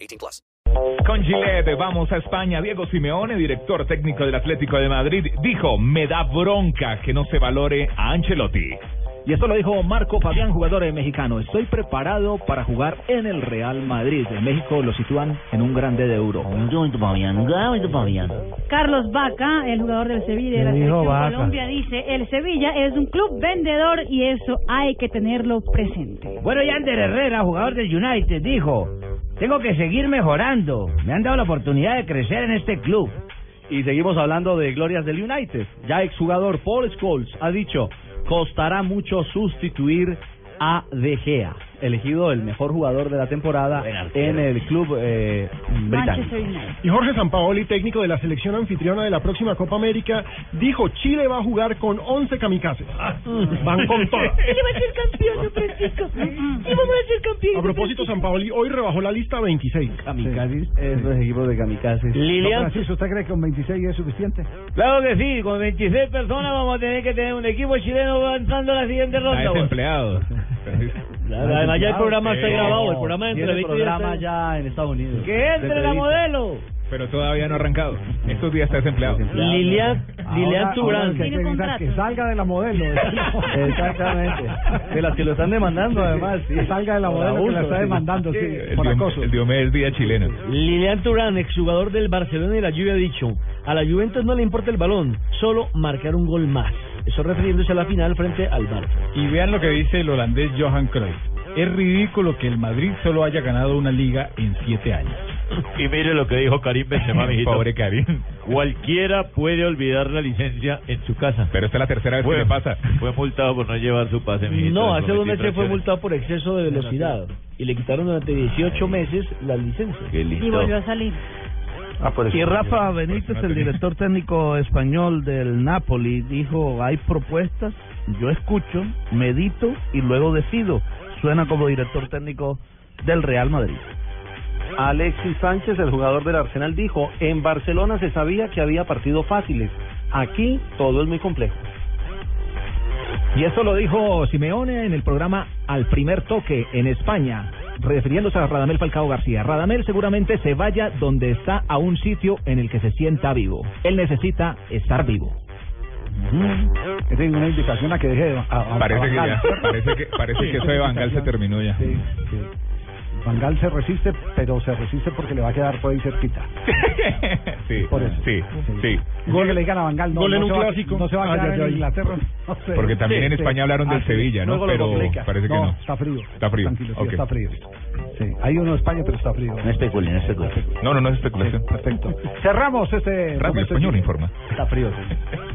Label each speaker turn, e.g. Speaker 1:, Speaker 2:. Speaker 1: 18 plus.
Speaker 2: Con Gillette, vamos a España. Diego Simeone, director técnico del Atlético de Madrid, dijo, me da bronca que no se valore a Ancelotti.
Speaker 3: Y esto lo dijo Marco Fabián, jugador de mexicano. Estoy preparado para jugar en el Real Madrid. En México lo sitúan en un grande de euro.
Speaker 4: Un momento, Fabián, un momento, Fabián.
Speaker 5: Carlos Vaca, el jugador del Sevilla y de la selección Colombia, dice, el Sevilla es un club vendedor y eso hay que tenerlo presente.
Speaker 4: Bueno, y Ander Herrera, jugador del United, dijo, tengo que seguir mejorando. Me han dado la oportunidad de crecer en este club.
Speaker 3: Y seguimos hablando de glorias del United. Ya exjugador Paul Scholes ha dicho, costará mucho sustituir a De Gea, elegido el mejor jugador de la temporada en el club eh, británico.
Speaker 5: Manchester United.
Speaker 6: Y Jorge Sampaoli, técnico de la selección anfitriona de la próxima Copa América, dijo Chile va a jugar con 11 kamikazes.
Speaker 7: Ah.
Speaker 6: Van con todo. A propósito, Sampaoli hoy rebajó la lista a 26.
Speaker 3: Kamikazes, es los equipos de kamikazes.
Speaker 4: Lilian,
Speaker 6: ¿usted cree que con 26 es suficiente?
Speaker 4: claro que sí, con 26 personas vamos a tener que tener un equipo chileno avanzando a la siguiente
Speaker 2: Está
Speaker 4: ronda. güey.
Speaker 2: desempleado.
Speaker 4: Además, ya el programa está
Speaker 2: Sí.
Speaker 4: grabado, el programa de
Speaker 3: Tiene
Speaker 4: entrevista. ya
Speaker 3: programa
Speaker 4: está-
Speaker 3: ya en Estados Unidos.
Speaker 4: Que entre la modelo.
Speaker 2: Pero todavía no ha arrancado. Estos días está desempleado.
Speaker 4: Lilian, Lilian Turán.
Speaker 5: Tiene contrato.
Speaker 6: salga de la modelo.
Speaker 3: Exactamente. De las que lo están demandando, además. sí. Por abuso, sí.
Speaker 6: sí.
Speaker 2: El, Diom- el Diomedes Díaz chileno.
Speaker 4: Lilian Turán, exjugador del Barcelona y la Juve, ha dicho, a la Juventus no le importa el balón, solo marcar un gol más. Eso refiriéndose a la final frente al Barça.
Speaker 8: Y vean lo que dice el holandés Johan Cruyff. Es ridículo que el Madrid solo haya ganado una liga en siete años.
Speaker 7: Y mire lo que dijo Karim Benzema, mijito.
Speaker 2: Pobre Karim.
Speaker 7: Cualquiera puede olvidar la licencia en su casa.
Speaker 2: Pero esta es la tercera vez que le pasa.
Speaker 7: Fue multado por no llevar su pase, mijito.
Speaker 4: No,
Speaker 7: Le
Speaker 4: hace dos
Speaker 7: cometí
Speaker 4: meses fue
Speaker 7: infracciones.
Speaker 4: multado por exceso de velocidad y le quitaron durante 18 meses la licencia.
Speaker 7: Qué
Speaker 5: Y
Speaker 7: lindo.
Speaker 5: volvió a salir.
Speaker 6: Ah,
Speaker 3: Y Rafa Benítez, el director técnico español del Napoli, dijo, hay propuestas, yo escucho, medito y luego decido. Suena como director técnico del Real Madrid. Alexis Sánchez, el jugador del Arsenal, dijo, en Barcelona se sabía que había partidos fáciles, aquí todo es muy complejo.
Speaker 8: Y esto lo dijo Simeone en el programa Al Primer Toque en España, refiriéndose a Radamel Falcao García. Radamel seguramente se vaya donde está a un sitio en el que se sienta vivo. Él necesita estar vivo.
Speaker 3: Mm. Es una indicación a que deje de...
Speaker 2: Parece que ya, parece que, parece que eso de Bangal se terminó ya.
Speaker 3: Bangal se resiste, pero se resiste porque le va a quedar por ahí cerquita.
Speaker 2: Sí,
Speaker 3: Por eso.
Speaker 2: sí, sí.
Speaker 3: Gol que le digan a Bangal, no,
Speaker 6: Gol en
Speaker 3: no
Speaker 6: un
Speaker 3: se va-
Speaker 6: clásico.
Speaker 3: no se va a
Speaker 6: Ay,
Speaker 3: quedar
Speaker 6: ay,
Speaker 3: en
Speaker 6: ay.
Speaker 3: Inglaterra. no sé.
Speaker 2: Porque también en España hablaron del
Speaker 3: Ah, sí.
Speaker 2: Sevilla, ¿no?
Speaker 3: Luego lo
Speaker 2: Pero
Speaker 3: complica.
Speaker 2: parece que no.
Speaker 3: Está frío.
Speaker 2: Está frío,
Speaker 3: Tranquilo, sí,
Speaker 2: ok.
Speaker 3: está frío. Sí, hay uno en España, pero está frío.
Speaker 4: No especulen, no
Speaker 2: No, no, no es especulación.
Speaker 3: Perfecto. Cerramos este.
Speaker 2: Radio
Speaker 3: momento.
Speaker 2: Español informa.
Speaker 3: Está frío, sí.